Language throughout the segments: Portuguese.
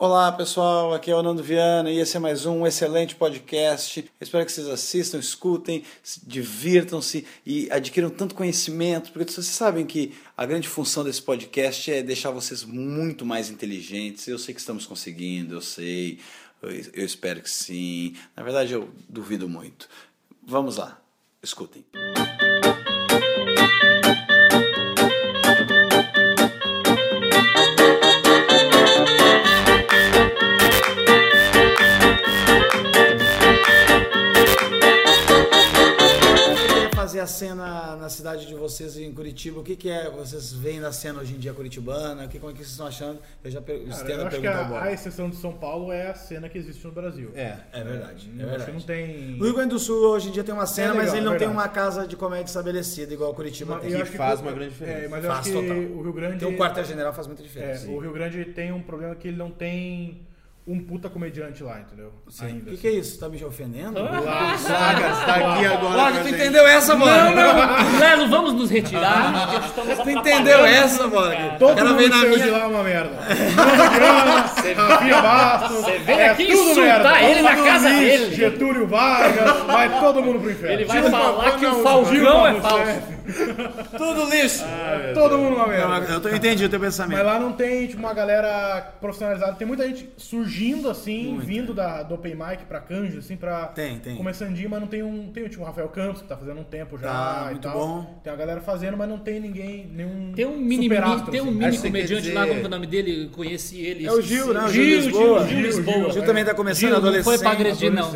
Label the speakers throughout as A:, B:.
A: Olá pessoal, aqui é o Nando Viana e esse é mais um excelente podcast. Espero que vocês assistam, escutem, se- divirtam-se e adquiram tanto conhecimento, porque vocês sabem que a grande função desse podcast é deixar vocês muito mais inteligentes. Eu sei que estamos conseguindo, eu sei, eu eu espero que sim. Na verdade, eu duvido muito. Vamos lá, escutem.
B: queria fazer a cena na cidade de vocês em Curitiba. O que, que é? Vocês veem na cena hoje em dia curitibana? O que, como é que vocês estão achando? Eu já per...
C: Cara,
B: estendo
C: eu
B: a
C: acho que
B: pergunta ao
C: a,
B: Bob.
C: a exceção de São Paulo é a cena que existe no Brasil.
B: É, é verdade. É
C: Eu acho
B: verdade.
C: que não tem.
B: O Rio Grande do Sul hoje em dia tem uma cena,
C: legal,
B: mas ele
C: é
B: não tem
C: verdade.
B: uma casa de comédia estabelecida igual Curitiba
C: Mas
B: tem.
C: eu
D: que
C: acho
D: faz uma grande diferença.
C: É, mas eu
B: Faz
C: acho que
B: total.
C: o Rio Grande.
E: um
B: Então o quartel-general faz muita
C: é,
B: diferença.
C: o Rio Grande tem um problema que ele não tem um puta comediante lá, entendeu?
B: O que, que é Ah, isso? Tá me ofendendo?
C: Lá,
D: Saga
B: tá
D: está aqui agora.
B: Olha,
D: com
B: tu
D: a gente.
B: entendeu essa, mano?
E: Lelo, vamos nos retirar. já estamos
B: Tu entendeu essa, mano?
C: todo
B: Ela
C: mundo
B: veio na
C: saiu de
B: minha.
C: lá é uma merda. Mano Grana, Rafinha Bastos. é Você
E: vem aqui insultar ele na casa dele.
C: Getúlio Vargas, vai todo mundo pro inferno.
E: Ele vai
C: Dilma
E: falar que o Falcão
C: Rousseff,
E: é falso.
B: Tudo lixo!
C: Todo mundo uma merda.
B: Eu tô- eu entendi o teu
C: Mas
B: pensamento.
C: lá não tem tipo, uma galera profissionalizada. Tem muita gente surgindo, assim, vindo da, do Open Mic pra Canjo, assim, pra.
B: Tem, tem.
C: Começandinho, mas não tem um. Tem tipo, o Rafael Campos, que tá fazendo um tempo já.
B: Tá,
C: e
B: muito
C: tal.
B: bom.
C: Tem uma galera fazendo, mas não tem ninguém. Nenhum
E: Tem um mini,
C: super
E: mini,
C: astro,
E: tem um
C: assim.
D: Acho
E: mini
D: que você quer
E: comediante lá,
D: dizer-
E: como que é o nome dele? Conheci ele.
B: É o Gil, né? O Gil
E: Gil,
B: Lisboa.
E: Gil, Gil Lisboa.
B: O Gil também tá começando
E: Gil, não
B: adolescente. É.
E: foi pra agredir, não.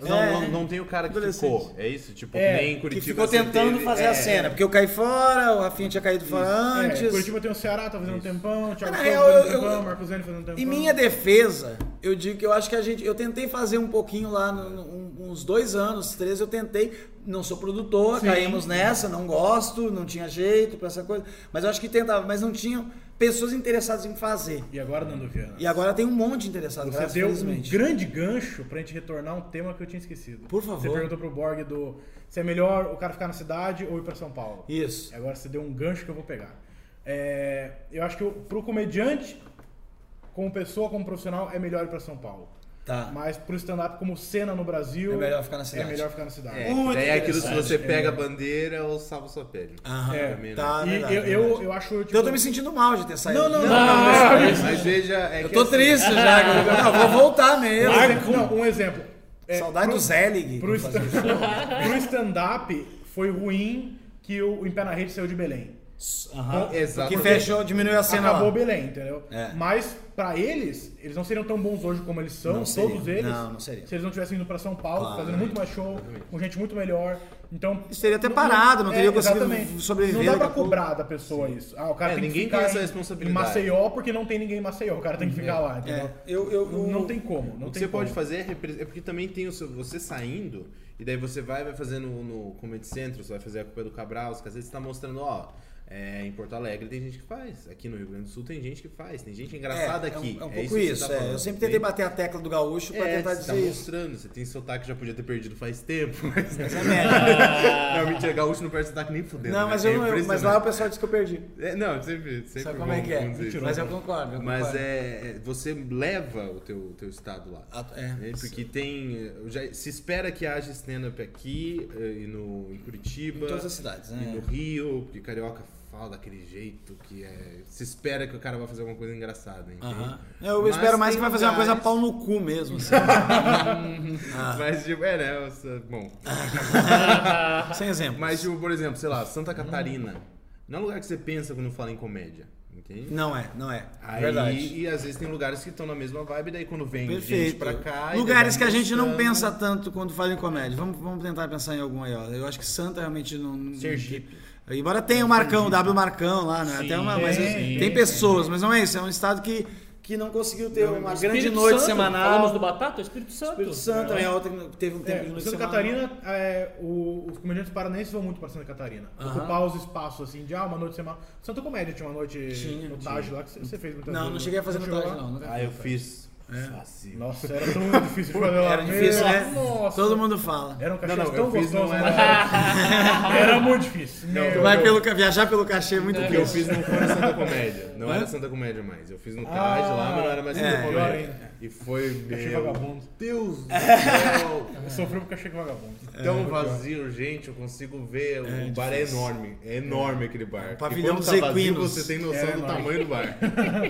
D: Não, não, não tem o cara que ficou. É isso? Tipo,
C: É,
D: nem em
B: Que
D: Curitiba.
B: ficou
D: você
B: tentando
D: teve-
B: fazer
D: é,
B: a cena, porque eu caí fora, o Rafinha tinha caído fora
C: É,
B: antes.
C: Curitiba tem o Ceará, tá fazendo um tempão, Thiago
B: Na
C: Campos
B: real,
C: fazendo um
B: eu- eu-
C: tempão, Marcos Zene fazendo um tempão.
B: em minha defesa, eu digo que eu acho que a gente. Eu tentei fazer um pouquinho lá, no- no- um- uns dois anos, três, eu tentei. Não sou produtor, caímos nessa, não gosto, não tinha jeito pra essa coisa. Mas eu acho que tentava, mas não tinham pessoas interessadas em fazer.
C: E agora, Nando Viana?
B: E agora tem um monte de interessados,
C: Você
B: graças
C: deu um
B: felizmente.
C: grande gancho pra gente retornar um tema que eu tinha esquecido.
B: Por favor.
C: Você perguntou pro Borg do se é melhor o cara ficar na cidade ou ir pra São Paulo.
B: Isso.
C: Agora você deu um gancho que eu vou pegar. É, eu acho que eu, pro comediante, como pessoa, como profissional, é melhor ir pra São Paulo.
B: Tá.
C: Mas pro stand-up como cena no Brasil...
B: É melhor ficar na cidade.
C: É melhor ficar na cidade.
D: É,
B: Muito
D: daí é aquilo se
B: interessante, Ah.
D: você pega a bandeira ou salva sua pele.
B: Aham.
C: É,
D: também, né?
B: Tá,
C: E
B: verdade,
C: eu, eu,
B: verdade.
C: eu acho...
B: Então eu tô me sentindo mal de ter saído.
C: Não, não, não.
D: Mas veja, é
B: Eu
D: que
B: tô
D: assim,
B: triste já. cara. Não, vou voltar mesmo.
C: Um exemplo- não, um exemplo. É,
B: Saudade do Zelig.
C: Pro, esta- pro stand-up foi ruim que o, o Em Pé na Rede saiu de Belém.
B: Aham.
D: Exato.
B: Que fechou, diminuiu a cena
C: Acabou
B: lá.
C: Belém, entendeu?
B: É.
C: Mas pra eles, eles não seriam tão bons hoje como eles são,
B: Não seriam.
C: todos eles.
B: Não, não seriam.
C: Se eles não tivessem ido pra São Paulo,
B: Claro. é.
C: fazendo muito mais show, com gente muito melhor. Então. é,
B: Isso teria até parado, não teria conseguido
C: exatamente.
B: sobreviver
C: Não dá pra
B: daqui a pouco.
C: cobrar da pessoa isso. Ah, o cara
D: É,
C: tem que
D: ninguém
C: ficar
D: tem essa
C: em-
D: responsabilidade.
C: Em Maceió porque não tem ninguém em Maceió. O cara tem que ficar lá, entendeu?
B: É, eu, eu,
C: Não, não tem como. Não
D: O que
C: tem
D: você pode
C: como.
D: fazer é, repre- é porque também tem o seu, você saindo, e daí você vai, vai fazer no, no Comedy Centro, você vai fazer a Culpa do Cabral, os casetes, você tá mostrando, ó, é, em Porto Alegre tem gente que faz, aqui no Rio Grande do Sul tem gente que faz, tem gente engraçada
B: é,
D: aqui.
B: É um, é um
D: que
B: pouco
D: você
B: isso.
D: tá
B: é.
D: falando,
B: Eu sempre tentei
D: entende?
B: bater a tecla do gaúcho pra
D: É,
B: tentar
D: você tá
B: dizer isso.
D: mostrando, você tem sotaque que já podia ter perdido faz tempo, mas...
B: É merda.
D: não, mentira, gaúcho não perde sotaque nem fudendo.
B: Não,
D: né?
B: mas,
D: É
B: eu, não- eu, mas
D: impressionante.
B: lá o pessoal disse que eu perdi.
D: É, não, sempre, sempre
B: Sabe como é
D: bom-
B: que é?
D: bom dizer isso.
B: Mas eu concordo. Eu
D: Mas
B: concordo.
D: é, é, você leva o teu, o teu estado lá.
B: Ah, é.
D: É, porque tem. eh, Já, se espera que haja stand-up aqui eh, e no, em Curitiba.
B: Em todas as cidades,
D: E no
B: né?
D: Rio, porque carioca fala daquele jeito que é. Se espera que o cara vai fazer alguma coisa engraçada, entende?
B: Aham. É, Eu
D: Mas
B: espero mais
D: tem
B: que vai fazer uma coisa
D: lugares-
B: pau no cu mesmo. assim.
D: Mas, tipo, é, né? essa- Bom.
B: Sem exemplo.
D: Mas, tipo, por exemplo, sei lá,
B: Uhum.
D: Santa Catarina. Não é um lugar que você pensa quando fala em comédia, entende?
B: Não é, não é.
D: Aí,
B: Verdade.
D: E às vezes tem lugares que estão na mesma vibe, daí quando vem gente
B: Perfeito.
D: pra cá. e
B: Lugares que
D: daí
B: a
D: vai
B: gente não
D: mostrando.
B: pensa tanto quando fala em comédia. Vamos, vamos tentar pensar em algum aí, ó. Eu acho que Santa realmente não. não-
D: Sergipe.
B: Embora tenha o Marcão, o W Marcão lá, né? Até uma,
D: é,
B: mas
C: tem,
B: tem,
C: tem,
B: pessoas, mas não é isso. É um estado que, que não conseguiu ter uma grande
E: Espírito
B: noite
E: Santo, Falamos do
B: semanal.
E: Batata? Espírito Santo.
B: Espírito Santo é outra que teve um tempo
C: É,
B: de noite
C: Santa
B: semanal.
C: Catarina, é, o- os comediantes paranenses vão muito pra Santa Catarina. Ocupar os espaços, assim, de ah, uma noite semanal. Santa Comédia tinha uma noite
B: Tinha,
C: no Taj lá, que você fez muitas
B: Não,
C: vezes,
B: não
C: né?
B: cheguei a fazer
C: chegou
B: notagem,
C: lá?
B: não. né? nunca
D: Ah, eu fiz.
B: É.
D: Fácil.
C: Nossa, era tão difícil de fazer lá.
B: Era difícil,
C: Meu,
B: né?
C: Nossa.
B: Todo mundo fala.
C: Era um cachê
D: Não, não,
C: tão
D: eu fiz,
C: gostoso.
D: não
C: né?
D: era-
C: era... muito difícil. Meu,
B: Vai
C: meu.
B: pelo, ca- viajar pelo cachê é muito
D: O que eu
B: triste.
D: fiz não foi na Santa Comédia. Não era Santa Comédia mais. Eu fiz no CAD lá, mas não era mais Santa
B: Ah, é,
C: pior
D: Comédia.
C: ainda.
D: E foi.
C: Cachê
D: meu
C: vagabundo.
D: Deus do céu!
C: Eu sofri porque achei que vagabundo.
B: É,
D: Tão vazio, gente, eu consigo ver. o bar é enorme. É enorme aquele bar.
B: pavilhão
D: e quando
B: dos
D: tá vazio,
B: equinos.
D: você tem noção
C: É
D: do
C: enorme.
D: tamanho do bar.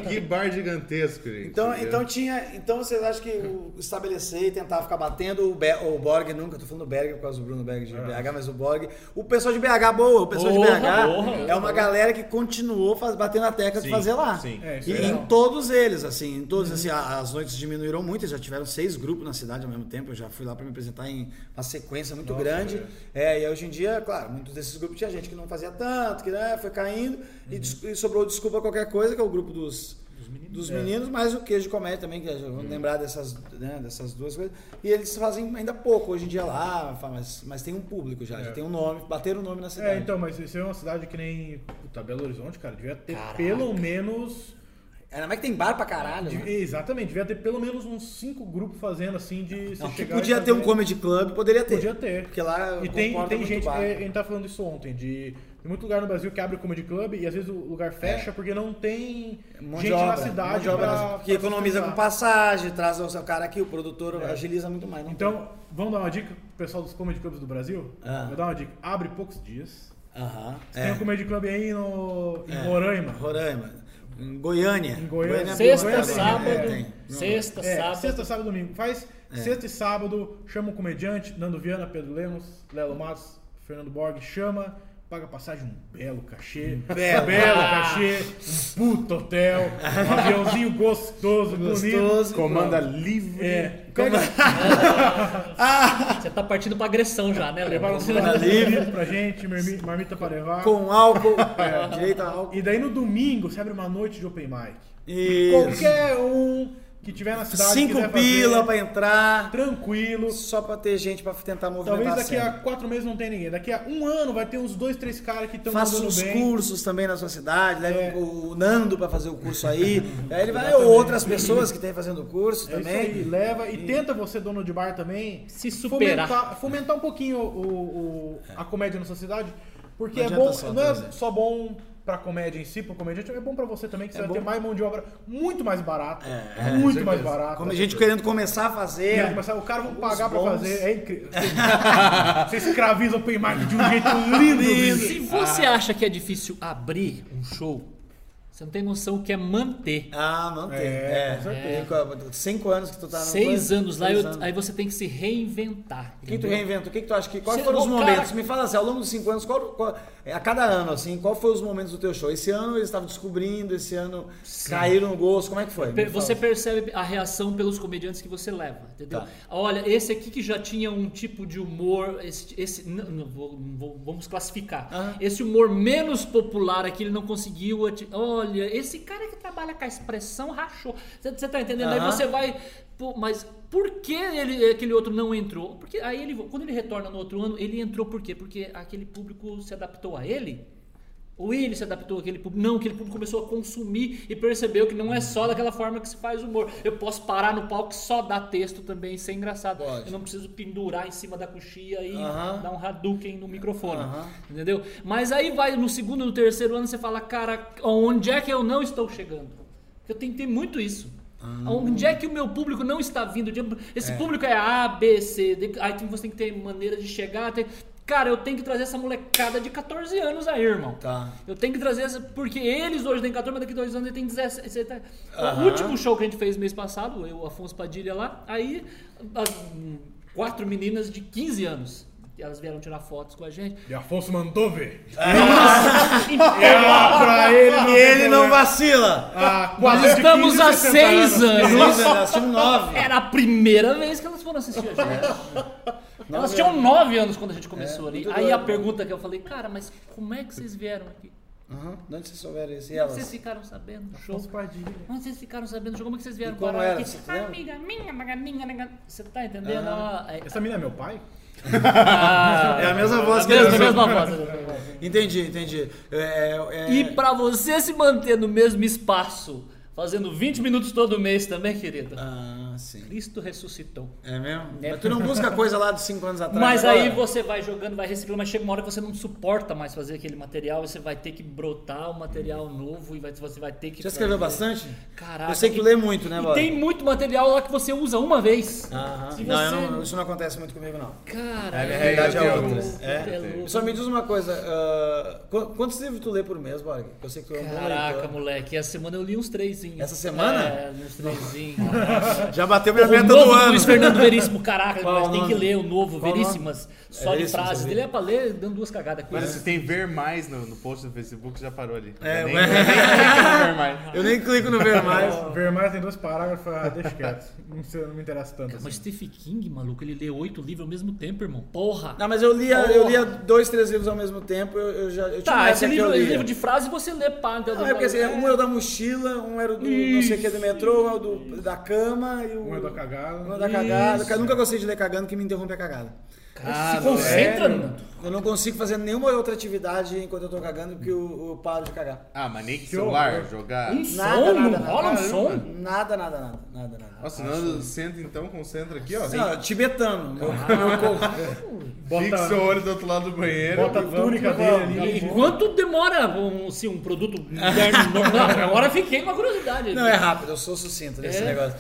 D: que bar gigantesco, gente.
B: Então,
D: entendeu?
B: então tinha. Então vocês acham que o estabelecer e tentar ficar batendo o, Be- o Borg nunca, tô falando do Berg por causa do Bruno Berg de
D: Ah.
B: BH, mas o Borg. O pessoal de BH, boa, o pessoal de
E: Porra,
B: BH
E: porra,
B: é
E: porra.
B: uma galera que continuou faz- batendo a tecla
D: Sim,
B: de fazer lá.
D: sim.
C: É, isso
B: E
C: é
B: em
C: legal.
B: todos eles, assim, em todos, assim, a- as noites diminuíram muito, eles já tiveram seis grupos na cidade ao mesmo tempo, eu já fui lá para me apresentar em uma sequência muito grande. É, e hoje em dia, claro, muitos desses grupos tinha gente que não fazia tanto, que né, foi caindo, e,
C: Uhum.
B: des- e sobrou desculpa qualquer coisa, que é o grupo dos, dos meninos,
C: É.
B: mas o queijo de comédia também, que já vamos
C: Uhum.
B: lembrar dessas, né, dessas duas coisas. E eles fazem ainda pouco hoje em dia lá, fa- mas, mas tem um público já, já tem um nome, bateram o nome na cidade.
C: É, então, mas isso é uma cidade que nem. Puta, Belo Horizonte, cara, devia ter pelo menos.
B: Ainda mais que tem bar pra caralho. né?
C: de- Exatamente, devia ter pelo menos uns cinco grupos fazendo assim de. se
B: Não, que
C: chegar e
B: podia ter um
C: fazer-
B: comedy club, poderia ter.
C: Podia ter.
B: Porque lá
C: E tem, e
B: comporta
C: tem
B: muito
C: gente,
B: bar.
C: é, a gente tava falando isso ontem, de tem muito lugar no Brasil que abre comedy club e às vezes o lugar fecha porque não tem
B: É. Mão
C: gente
B: de obra,
C: na
B: mão
C: cidade
B: de obra,
C: pra-
B: que
C: pra
B: economiza com
C: sustentar.
B: passagem, traz o seu cara aqui, o produtor agiliza muito mais. não
C: É. Então, vamos dar uma dica pro pessoal dos comedy clubs do Brasil?
B: Ah.
C: Vou dar uma dica. Abre poucos dias.
B: tem. Aham.
C: Tem
B: É.
C: um comedy club aí no, em
B: É.
C: Roraima.
B: Roraima. Em Goiânia.
C: Em Goiânia.
B: é
E: Sexta,
B: boa, né?
E: sábado.
B: É, tem. Não.
E: Sexta,
C: É,
E: sábado.
C: sexta, sábado, domingo. Faz
B: É.
C: sexta e sábado, chama o comediante, Nando Viana, Pedro Lemos, Lelo Matos, Fernando Borg, chama, paga passagem, um belo cachê.
B: Um
C: Um
B: belo.
C: belo cachê, um puto hotel, um aviãozinho gostoso, bonito.
B: Gostoso.
D: Comanda livre.
C: É, pega,
E: Você tá partindo pra agressão já, né, Léo?
C: prepara um
B: Comanda
C: sanduíche
B: livre.
C: bonito pra gente, marmi- marmita para levar.
B: Com álcool.
C: É.
B: Direito a álcool.
C: E daí no domingo você abre uma noite de open mic.
B: E
C: Qualquer um que tiver na cidade.
B: cinco
C: quiser
B: pila
C: fazer,
B: pra entrar.
C: Tranquilo.
B: Só pra ter gente pra tentar movimentar
C: Talvez
B: a
C: daqui
B: cena.
C: a quatro meses não tenha ninguém. Daqui a um ano vai ter uns dois, três caras que estão
B: Faça
C: Tá mandando
B: uns
C: bem.
B: cursos também na sua cidade, leve
C: É.
B: o Nando pra fazer o curso aí. aí ele vai, ou outras pessoas que tem fazendo o curso
C: É
B: também.
C: isso aí, leva e tenta você, dono de bar, também
E: Se superar.
C: Fomentar, fomentar um pouquinho o- o- a comédia na sua cidade. Porque
B: É. Não
C: é
B: adianta
C: bom,
B: só
C: não é
B: trazer.
C: só bom pra comédia em si, pro comediante, é bom pra você também, que você vai
B: bom.
C: ter mais mão de obra muito mais barata.
B: É,
C: muito
D: é,
C: mais
D: certeza.
C: barata.
B: Como a gente querendo começar a
C: Quero
B: fazer.
C: começar- assim, o cara vai pagar pra
B: bons.
C: fazer. É incrível. Você escraviza o Paymark de um jeito lindo.
E: Se
C: lindo.
E: você
B: Ah.
E: acha que é difícil abrir um show, você não tem noção o que é manter.
B: Ah, mantém.
C: É,
B: É,
C: com
B: Cinco- Cinco anos que tu tá na
E: Seis
B: coisa,
E: anos lá,
B: seis
E: eu-
B: anos.
E: aí você tem que se reinventar.
B: O que tu
E: entendeu?
B: reinventa? O que, que tu acha que. Quais
E: Cê-
B: foram os
E: ô,
B: momentos?
E: cara-
B: Me fala assim, ao longo dos cinco anos, qual, qual- é, a cada ano, assim, qual foi os momentos do teu show? Esse ano eles estavam descobrindo, esse ano caíram no gosto, como é que foi? Me
E: Per-
B: fala.
E: Você percebe a reação pelos comediantes que você leva, entendeu?
B: Tá.
E: Olha, esse aqui que já tinha um tipo de humor, esse, esse- não, não, vou- não vou- vamos classificar.
B: Aham.
E: Esse humor menos popular aqui ele não conseguiu. ati- Olha, esse cara que trabalha com a expressão rachou. Você você tá entendendo? Aí
B: Aham.
E: você vai, pô, mas por que ele- aquele outro não entrou? Porque aí ele quando ele retorna no outro ano, ele entrou por quê? Porque aquele público se adaptou a ele. Ou ele se adaptou àquele público. Não, aquele público começou a consumir e percebeu que não é só daquela forma que se faz humor. Eu posso parar no palco e só dar texto também e ser engraçado.
B: Pode.
E: Eu não preciso pendurar em cima da coxia e
B: Aham.
E: dar um Hadouken no microfone.
B: Aham.
E: Entendeu? Mas aí vai no segundo, no terceiro ano, você fala, cara, onde é que eu não estou chegando? Eu tentei muito isso.
B: Ah.
E: Onde é que o meu público não está vindo? De- Esse público é A, B, C. D. Aí tem- você tem que ter maneira de chegar. tem- Cara, eu tenho que trazer essa molecada de 14 anos aí, irmão.
B: Tá.
E: Eu tenho que trazer essa. Porque eles hoje têm 14, mas daqui dois anos ele tem 17. você tá- O
B: Aham.
E: último show que a gente fez mês passado, eu, Afonso Padilha lá, aí as- hum, quatro meninas de 15 anos. Elas vieram tirar fotos com a gente.
C: E Afonso mandou ver.
E: Então,
C: É pra ele não
B: E ele não vacila!
C: Ah,
E: nós
C: quase de
E: estamos
C: 15,
E: há
C: 60
E: seis anos.
B: Nós assistimos nove.
E: Era a primeira vez que elas foram assistir a gente.
B: É.
E: Elas tinham nove anos quando a gente começou ali.
B: muito
E: Aí
B: doido,
E: a
B: né?
E: pergunta que eu falei, cara, mas como é que vocês vieram aqui?
B: Aham, De onde vocês souberam isso? E
E: Como
B: elas?
E: vocês ficaram sabendo do show?
C: Afonso Padilha.
E: Onde vocês ficaram sabendo do jogo? Como é que vocês vieram
B: E como
E: parar
B: era?
E: aqui?
B: Você tá vendo?
E: Amiga minha, maganinha, nega... Você tá entendendo? Ah, é-
C: Essa menina é meu pai?
E: ah,
B: É a mesma voz
E: a
B: que
E: mesma,
B: eu-
E: mesma voz.
B: Entendi, entendi. É, é-
E: E pra você se manter no mesmo espaço, fazendo 20 minutos todo mês também, querida.
B: Ah, sim.
E: Cristo ressuscitou.
B: É mesmo?
E: É.
B: Mas tu não busca coisa lá de 5 anos atrás.
E: Mas
B: agora?
E: aí você vai jogando, vai reciclando, mas chega uma hora que você não suporta mais fazer aquele material, você vai ter que brotar um material novo e vai- você vai ter que.
B: Já escreveu
E: fazer.
B: bastante?
E: Caraca.
B: Eu sei que
E: e-
B: lê muito, né,
E: E
B: Bob?
E: tem muito material lá que você usa uma vez.
B: Aham.
E: Se
B: Não, eu
E: você-
B: não- isso não acontece muito comigo, não.
E: Cara,
D: É, minha
B: realidade é outra.
E: É,
D: É.
E: louco.
B: Só me diz uma coisa, ah, qu- quantos livros tu lê por mês, Borg? Eu sei que tu é um bom
E: Caraca,
B: leitor.
E: moleque, essa semana eu li uns três.
B: Essa semana?
E: É, uns três.
B: Já bateu
E: Porra,
B: minha
E: o
B: meta
E: novo
B: do
E: do
B: ano.
E: Luiz Fernando Veríssimo, caraca,
B: Qual
E: mas
B: o
E: tem que
B: nome?
E: ler o novo,
B: Qual o
E: Veríssimas, só de
B: Veríssimas,
E: frases.
B: eu vi.
E: Ele é pra ler dando duas cagadas.
D: Mas
E: Coisa.
D: se tem ver mais no, no post do Facebook, já parou ali.
B: É,
D: Já nem,
B: ué.
D: nem clica no ver mais. Ah,
B: Eu nem clico no ver mais.
C: Vermar tem dois parágrafos, ah, deixa quieto. Não, sei, não me interessa tanto.
E: Mas
C: Assim.
E: Stephen King, maluco, ele lê oito livros ao mesmo tempo, irmão. Porra!
B: Não, mas eu lia, eu lia dois, três livros ao mesmo tempo. Eu, eu já eu tinha uma
E: tá,
B: época que
E: esse livro,
B: eu lia.
E: livro de frase você lê pá. então Não,
B: Não, é porque assim, um era da mochila, um era do não sei o que do metrô, um era do, da cama e o.
C: Um é da cagada.
B: Um é da cagada. Eu nunca gostei de ler cagando que me interrompe a cagada.
E: se
B: é
E: concentra,
D: sério?
E: Nando.
B: Eu não consigo fazer nenhuma outra atividade enquanto eu tô cagando porque eu, eu paro de cagar.
D: Ah, mas nem que
C: Que
D: celular,
C: horror.
D: jogar.
E: Um
B: Nada,
E: som,
B: nada,
E: não
B: nada.
E: rola um
D: Caramba.
E: som.
B: Nada, nada, nada, nada, nada.
D: Nossa, Nando, senta então, concentra aqui, ó.
B: Não,
E: assim.
B: tibetano. Meu, meu corpo.
D: Fixa
C: Bota-
D: o olho do outro lado do banheiro.
C: Bota a túnica
B: vamos.
C: dele ali.
E: E Quanto demora um, assim, um produto interno normal? Agora fiquei com uma curiosidade.
B: Não, é rápido, eu sou sucinto nesse
E: É?
B: negócio.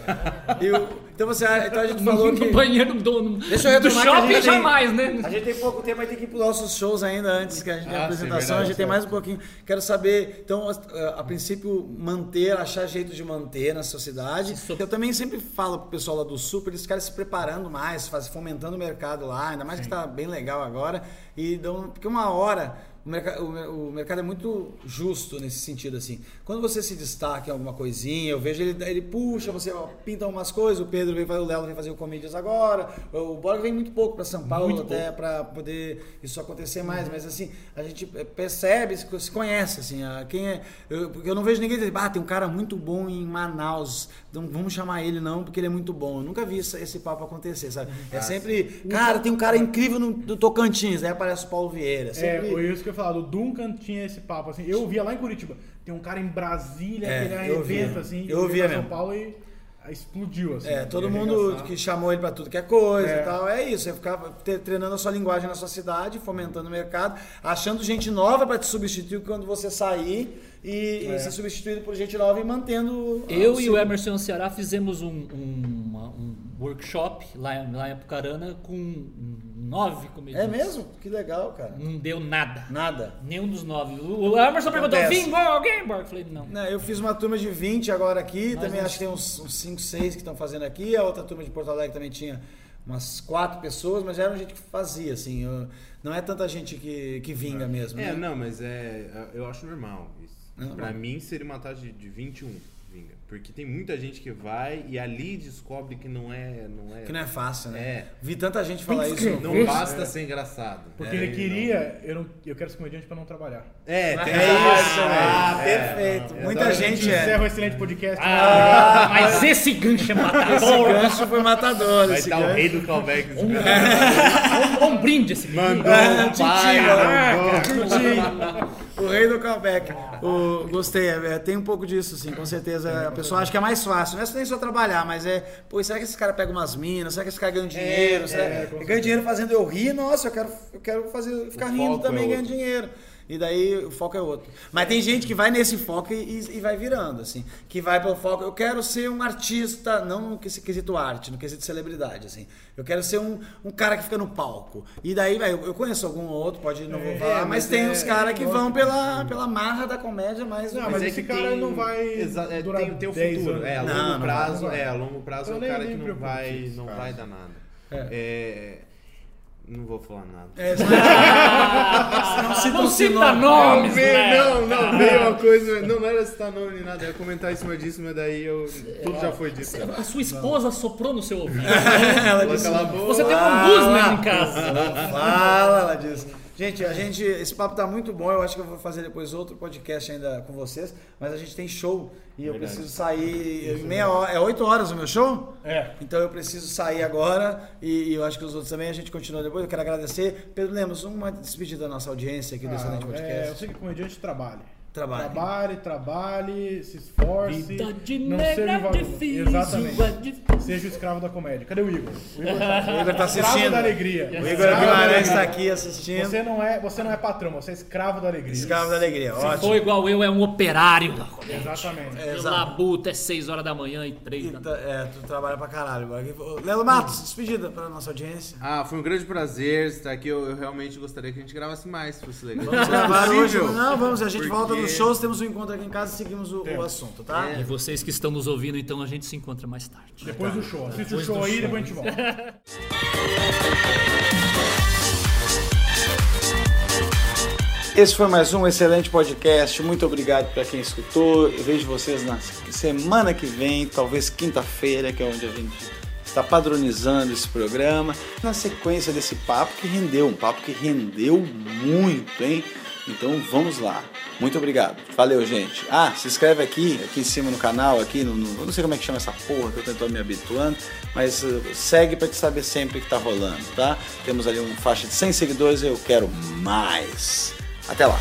B: E o- então você então a gente falou
E: No
B: que.
E: banheiro do dono.
B: Deixa eu
E: do
B: retomar que a gente
E: shopping
B: tem-
E: jamais, né?
B: A gente tem pouco tempo, mas tem que ir para os nossos shows ainda antes que a gente tenha
D: Ah,
B: a
D: sim,
B: apresentação.
D: verdade,
B: a gente tem
D: certo.
B: mais um pouquinho. Quero saber, então, as- ah, a, princípio, manter, achar jeito de manter na sociedade.
E: Isso.
B: Eu também sempre falo pro pessoal lá do Sul, pra eles ficarem se preparando mais, faz, fomentando o mercado lá, ainda mais que está bem legal agora. E dão, porque uma hora. O, merca- o mer- o mercado é muito justo nesse sentido, assim. Quando você se destaca em alguma coisinha, eu vejo ele, ele puxa, você ó, pinta umas coisas, o Pedro vem fazer, o Léo vem fazer o Comedians agora, o Borg vem muito pouco para São Paulo
E: Muito
B: até é para poder isso acontecer mais, mas assim, a gente eh, percebe, se se conhece, assim, a- quem é. Eu, porque eu não vejo ninguém dizer, ah, tem um cara muito bom em Manaus, não vamos chamar ele não, porque ele é muito bom. Eu nunca vi essa- esse papo acontecer, sabe? É sempre, cara, tem um cara incrível no, no Tocantins, aí aparece o Paulo Vieira.
C: É,
B: Sempre,
C: foi isso que eu falava. O Duncan tinha esse papo, assim. Eu via lá em Curitiba. Tem um cara em Brasília
B: É,
C: que ele
B: eu via.
C: arrebenta, assim.
B: Eu
C: veio
B: via
C: pra São
B: mesmo.
C: Paulo e ah, explodiu, assim.
B: É, todo
C: E
B: mundo
C: arregaçava.
B: que chamou ele pra tudo que é coisa
C: É.
B: e tal. É isso, é ficar te- treinando a sua linguagem na sua cidade, fomentando o mercado, achando gente nova pra te substituir quando você sair e, e ser substituído por gente nova e mantendo. a-
E: Eu
B: o
E: e
B: seu-
E: o Emerson Ceará fizemos um, um- uma- um workshop lá, em- lá em Apucarana com nove comediantes.
B: É mesmo? Que legal, cara.
E: Não deu nada.
B: Nada.
E: Nenhum dos nove. O o Emerson perguntou,
B: Acontece.
E: vingou alguém, Borg? Eu Falei, não.
B: Não, Né, eu fiz uma turma de 20 agora aqui,
E: Nós
B: também
E: não-
B: acho que tem uns, uns 5, 6 que estão fazendo aqui, a outra turma de Porto Alegre também tinha umas quatro pessoas, mas já era gente que fazia, assim, eu- não é tanta gente que, que vinga mesmo,
D: É,
B: né? É
D: não, mas é. Eu acho normal isso. pra mim seria uma taxa de, de 21, vinga. Porque tem muita gente que vai e ali descobre que não é. Não é,
B: Que não é fácil, né?
D: É.
B: Vi tanta gente falar isso.
D: não basta ser engraçado.
C: Porque
D: É,
C: ele
D: não-
C: queria... Eu, não, eu quero ser comediante pra não trabalhar.
D: É, tem
B: É isso,
D: Ah,
B: velho.
D: é.
B: perfeito.
D: é,
B: Muita
D: exatamente.
B: gente é.
C: Encerra o excelente podcast.
E: Ah, mas esse gancho é
B: Esse
E: matador.
B: gancho foi matador.
D: Vai
B: esse
D: dar o
B: gancho.
D: rei do callback. esse
E: Um,
D: cara.
E: um- um brinde esse menino.
D: Mandou
B: É,
D: um
B: Titi,
D: pai,
B: ó.
D: mandou.
E: Ah,
B: Titi. O rei do callback. O, gostei, é, é, tem um pouco disso, sim, com
D: um
B: certeza. A pessoa acha que é mais fácil. Não é nem só trabalhar, mas é, pô, será que esse cara pega umas minas? Será que esse cara ganha
D: É,
B: dinheiro? Será- ganha dinheiro fazendo eu rir, nossa, eu quero, eu quero fazer, ficar
D: O
B: rindo
D: foco é
B: também, ganhando
D: outro.
B: dinheiro. E daí o foco é outro. Mas tem gente que vai nesse foco e, e- e vai virando, assim. Que vai pelo foco, eu quero ser um artista, não no que- quesito arte, no quesito celebridade, assim. Eu quero ser um, um cara que fica no palco. E daí, vai, eu, eu conheço algum outro, pode não vou falar, mas,
D: mas
B: tem
D: é-
B: uns caras que
D: lógico.
B: vão pela, pela marra da comédia, mas...
C: Não,
D: Mas
C: mas
D: é
C: esse
D: que
C: cara
D: tem-
C: não vai
D: Exa- é,
C: durar
D: tem, tem o
C: 10
D: futuro.
C: anos.
D: É, a
B: Não,
D: longo
B: não vai,
D: prazo,
C: não vai.
D: é, a longo prazo
C: Eu
D: é um
C: nem-
D: cara
C: nem
D: que não
C: preocupo com
D: vai,
C: isso,
D: não
C: cara.
D: vai dar nada. É, não vou falar nada.
B: É, mas- não
E: Não
B: cita
E: cita nomes, né?
D: não, não, veio uma coisa, não, não era citar nome nem nada, eu ia comentar em cima disso, mas daí eu, tudo já foi dito. Cala
E: A sua esposa soprou no seu ouvido.
B: Ela disse,
D: a boca.
E: Você tem um ombudsman
B: Ah.
E: em casa.
B: Fala, ela diz. Gente, a gente, esse papo tá muito bom. Eu acho que eu vou fazer depois outro podcast ainda com vocês, mas a gente tem show e eu preciso sair em meia hora, é oito horas o meu show?
C: É.
B: Então eu preciso sair agora e, e eu acho que os outros também a gente continua depois. Eu quero agradecer. Pedro Lemos, uma despedida da nossa audiência aqui do
C: Ah,
B: Excelente
C: é, eu
B: Podcast.
C: sei que comediante trabalha.
B: Trabalhe.
C: Trabalhe, trabalhe, se esforce.
E: Vida de
C: não
E: negra
C: seja o vagabundo.
E: difícil, é
C: Exatamente.
E: difícil.
C: Seja o escravo da comédia. Cadê o Igor? O Igor tá,
A: O Igor tá
C: Escravo
A: assistindo.
C: da alegria.
A: O Igor
C: Escravo da
A: Guimarães
B: tá
C: alegria.
A: está aqui assistindo.
C: Você não, é, você não é patrão, você é escravo da alegria.
A: Escravo da Alegria,
E: Se
A: ótimo.
E: for igual eu, é um operário da comédia.
C: Exatamente.
E: Eu
A: exato.
E: labuto é 6 horas da manhã e 3 da
A: Então, é, tu trabalha pra caralho. agora. Lelo Matos, despedida pra nossa audiência.
D: Ah, foi um grande prazer estar aqui. Eu, eu realmente gostaria que a gente gravasse mais, se fosse legal.
A: Vamos gravar
B: um
A: hoje?
D: É Possível.
A: Não, vamos, a gente
D: Porque-
A: volta nos shows, temos um encontro aqui em casa e seguimos o, o assunto, tá?
E: E vocês que estão nos ouvindo, então a gente se encontra mais tarde.
C: Depois
A: tá.
C: do show. Assiste o show aí e depois a gente volta.
A: Esse foi mais um excelente podcast. Muito obrigado pra quem escutou. Eu vejo vocês na semana que vem, talvez quinta-feira, que é onde a gente está padronizando esse programa. Na sequência desse papo que rendeu, um papo que rendeu muito, hein? Então vamos lá. Muito obrigado. Valeu, gente. Ah, se inscreve aqui, aqui em cima no canal, aqui no, no- eu não sei como é que chama essa porra, que eu tô me habituando, mas eh, segue pra te saber sempre o que tá um rolando, tá? Temos ali uma faixa de 100 seguidores, eu quero mais. Até lá.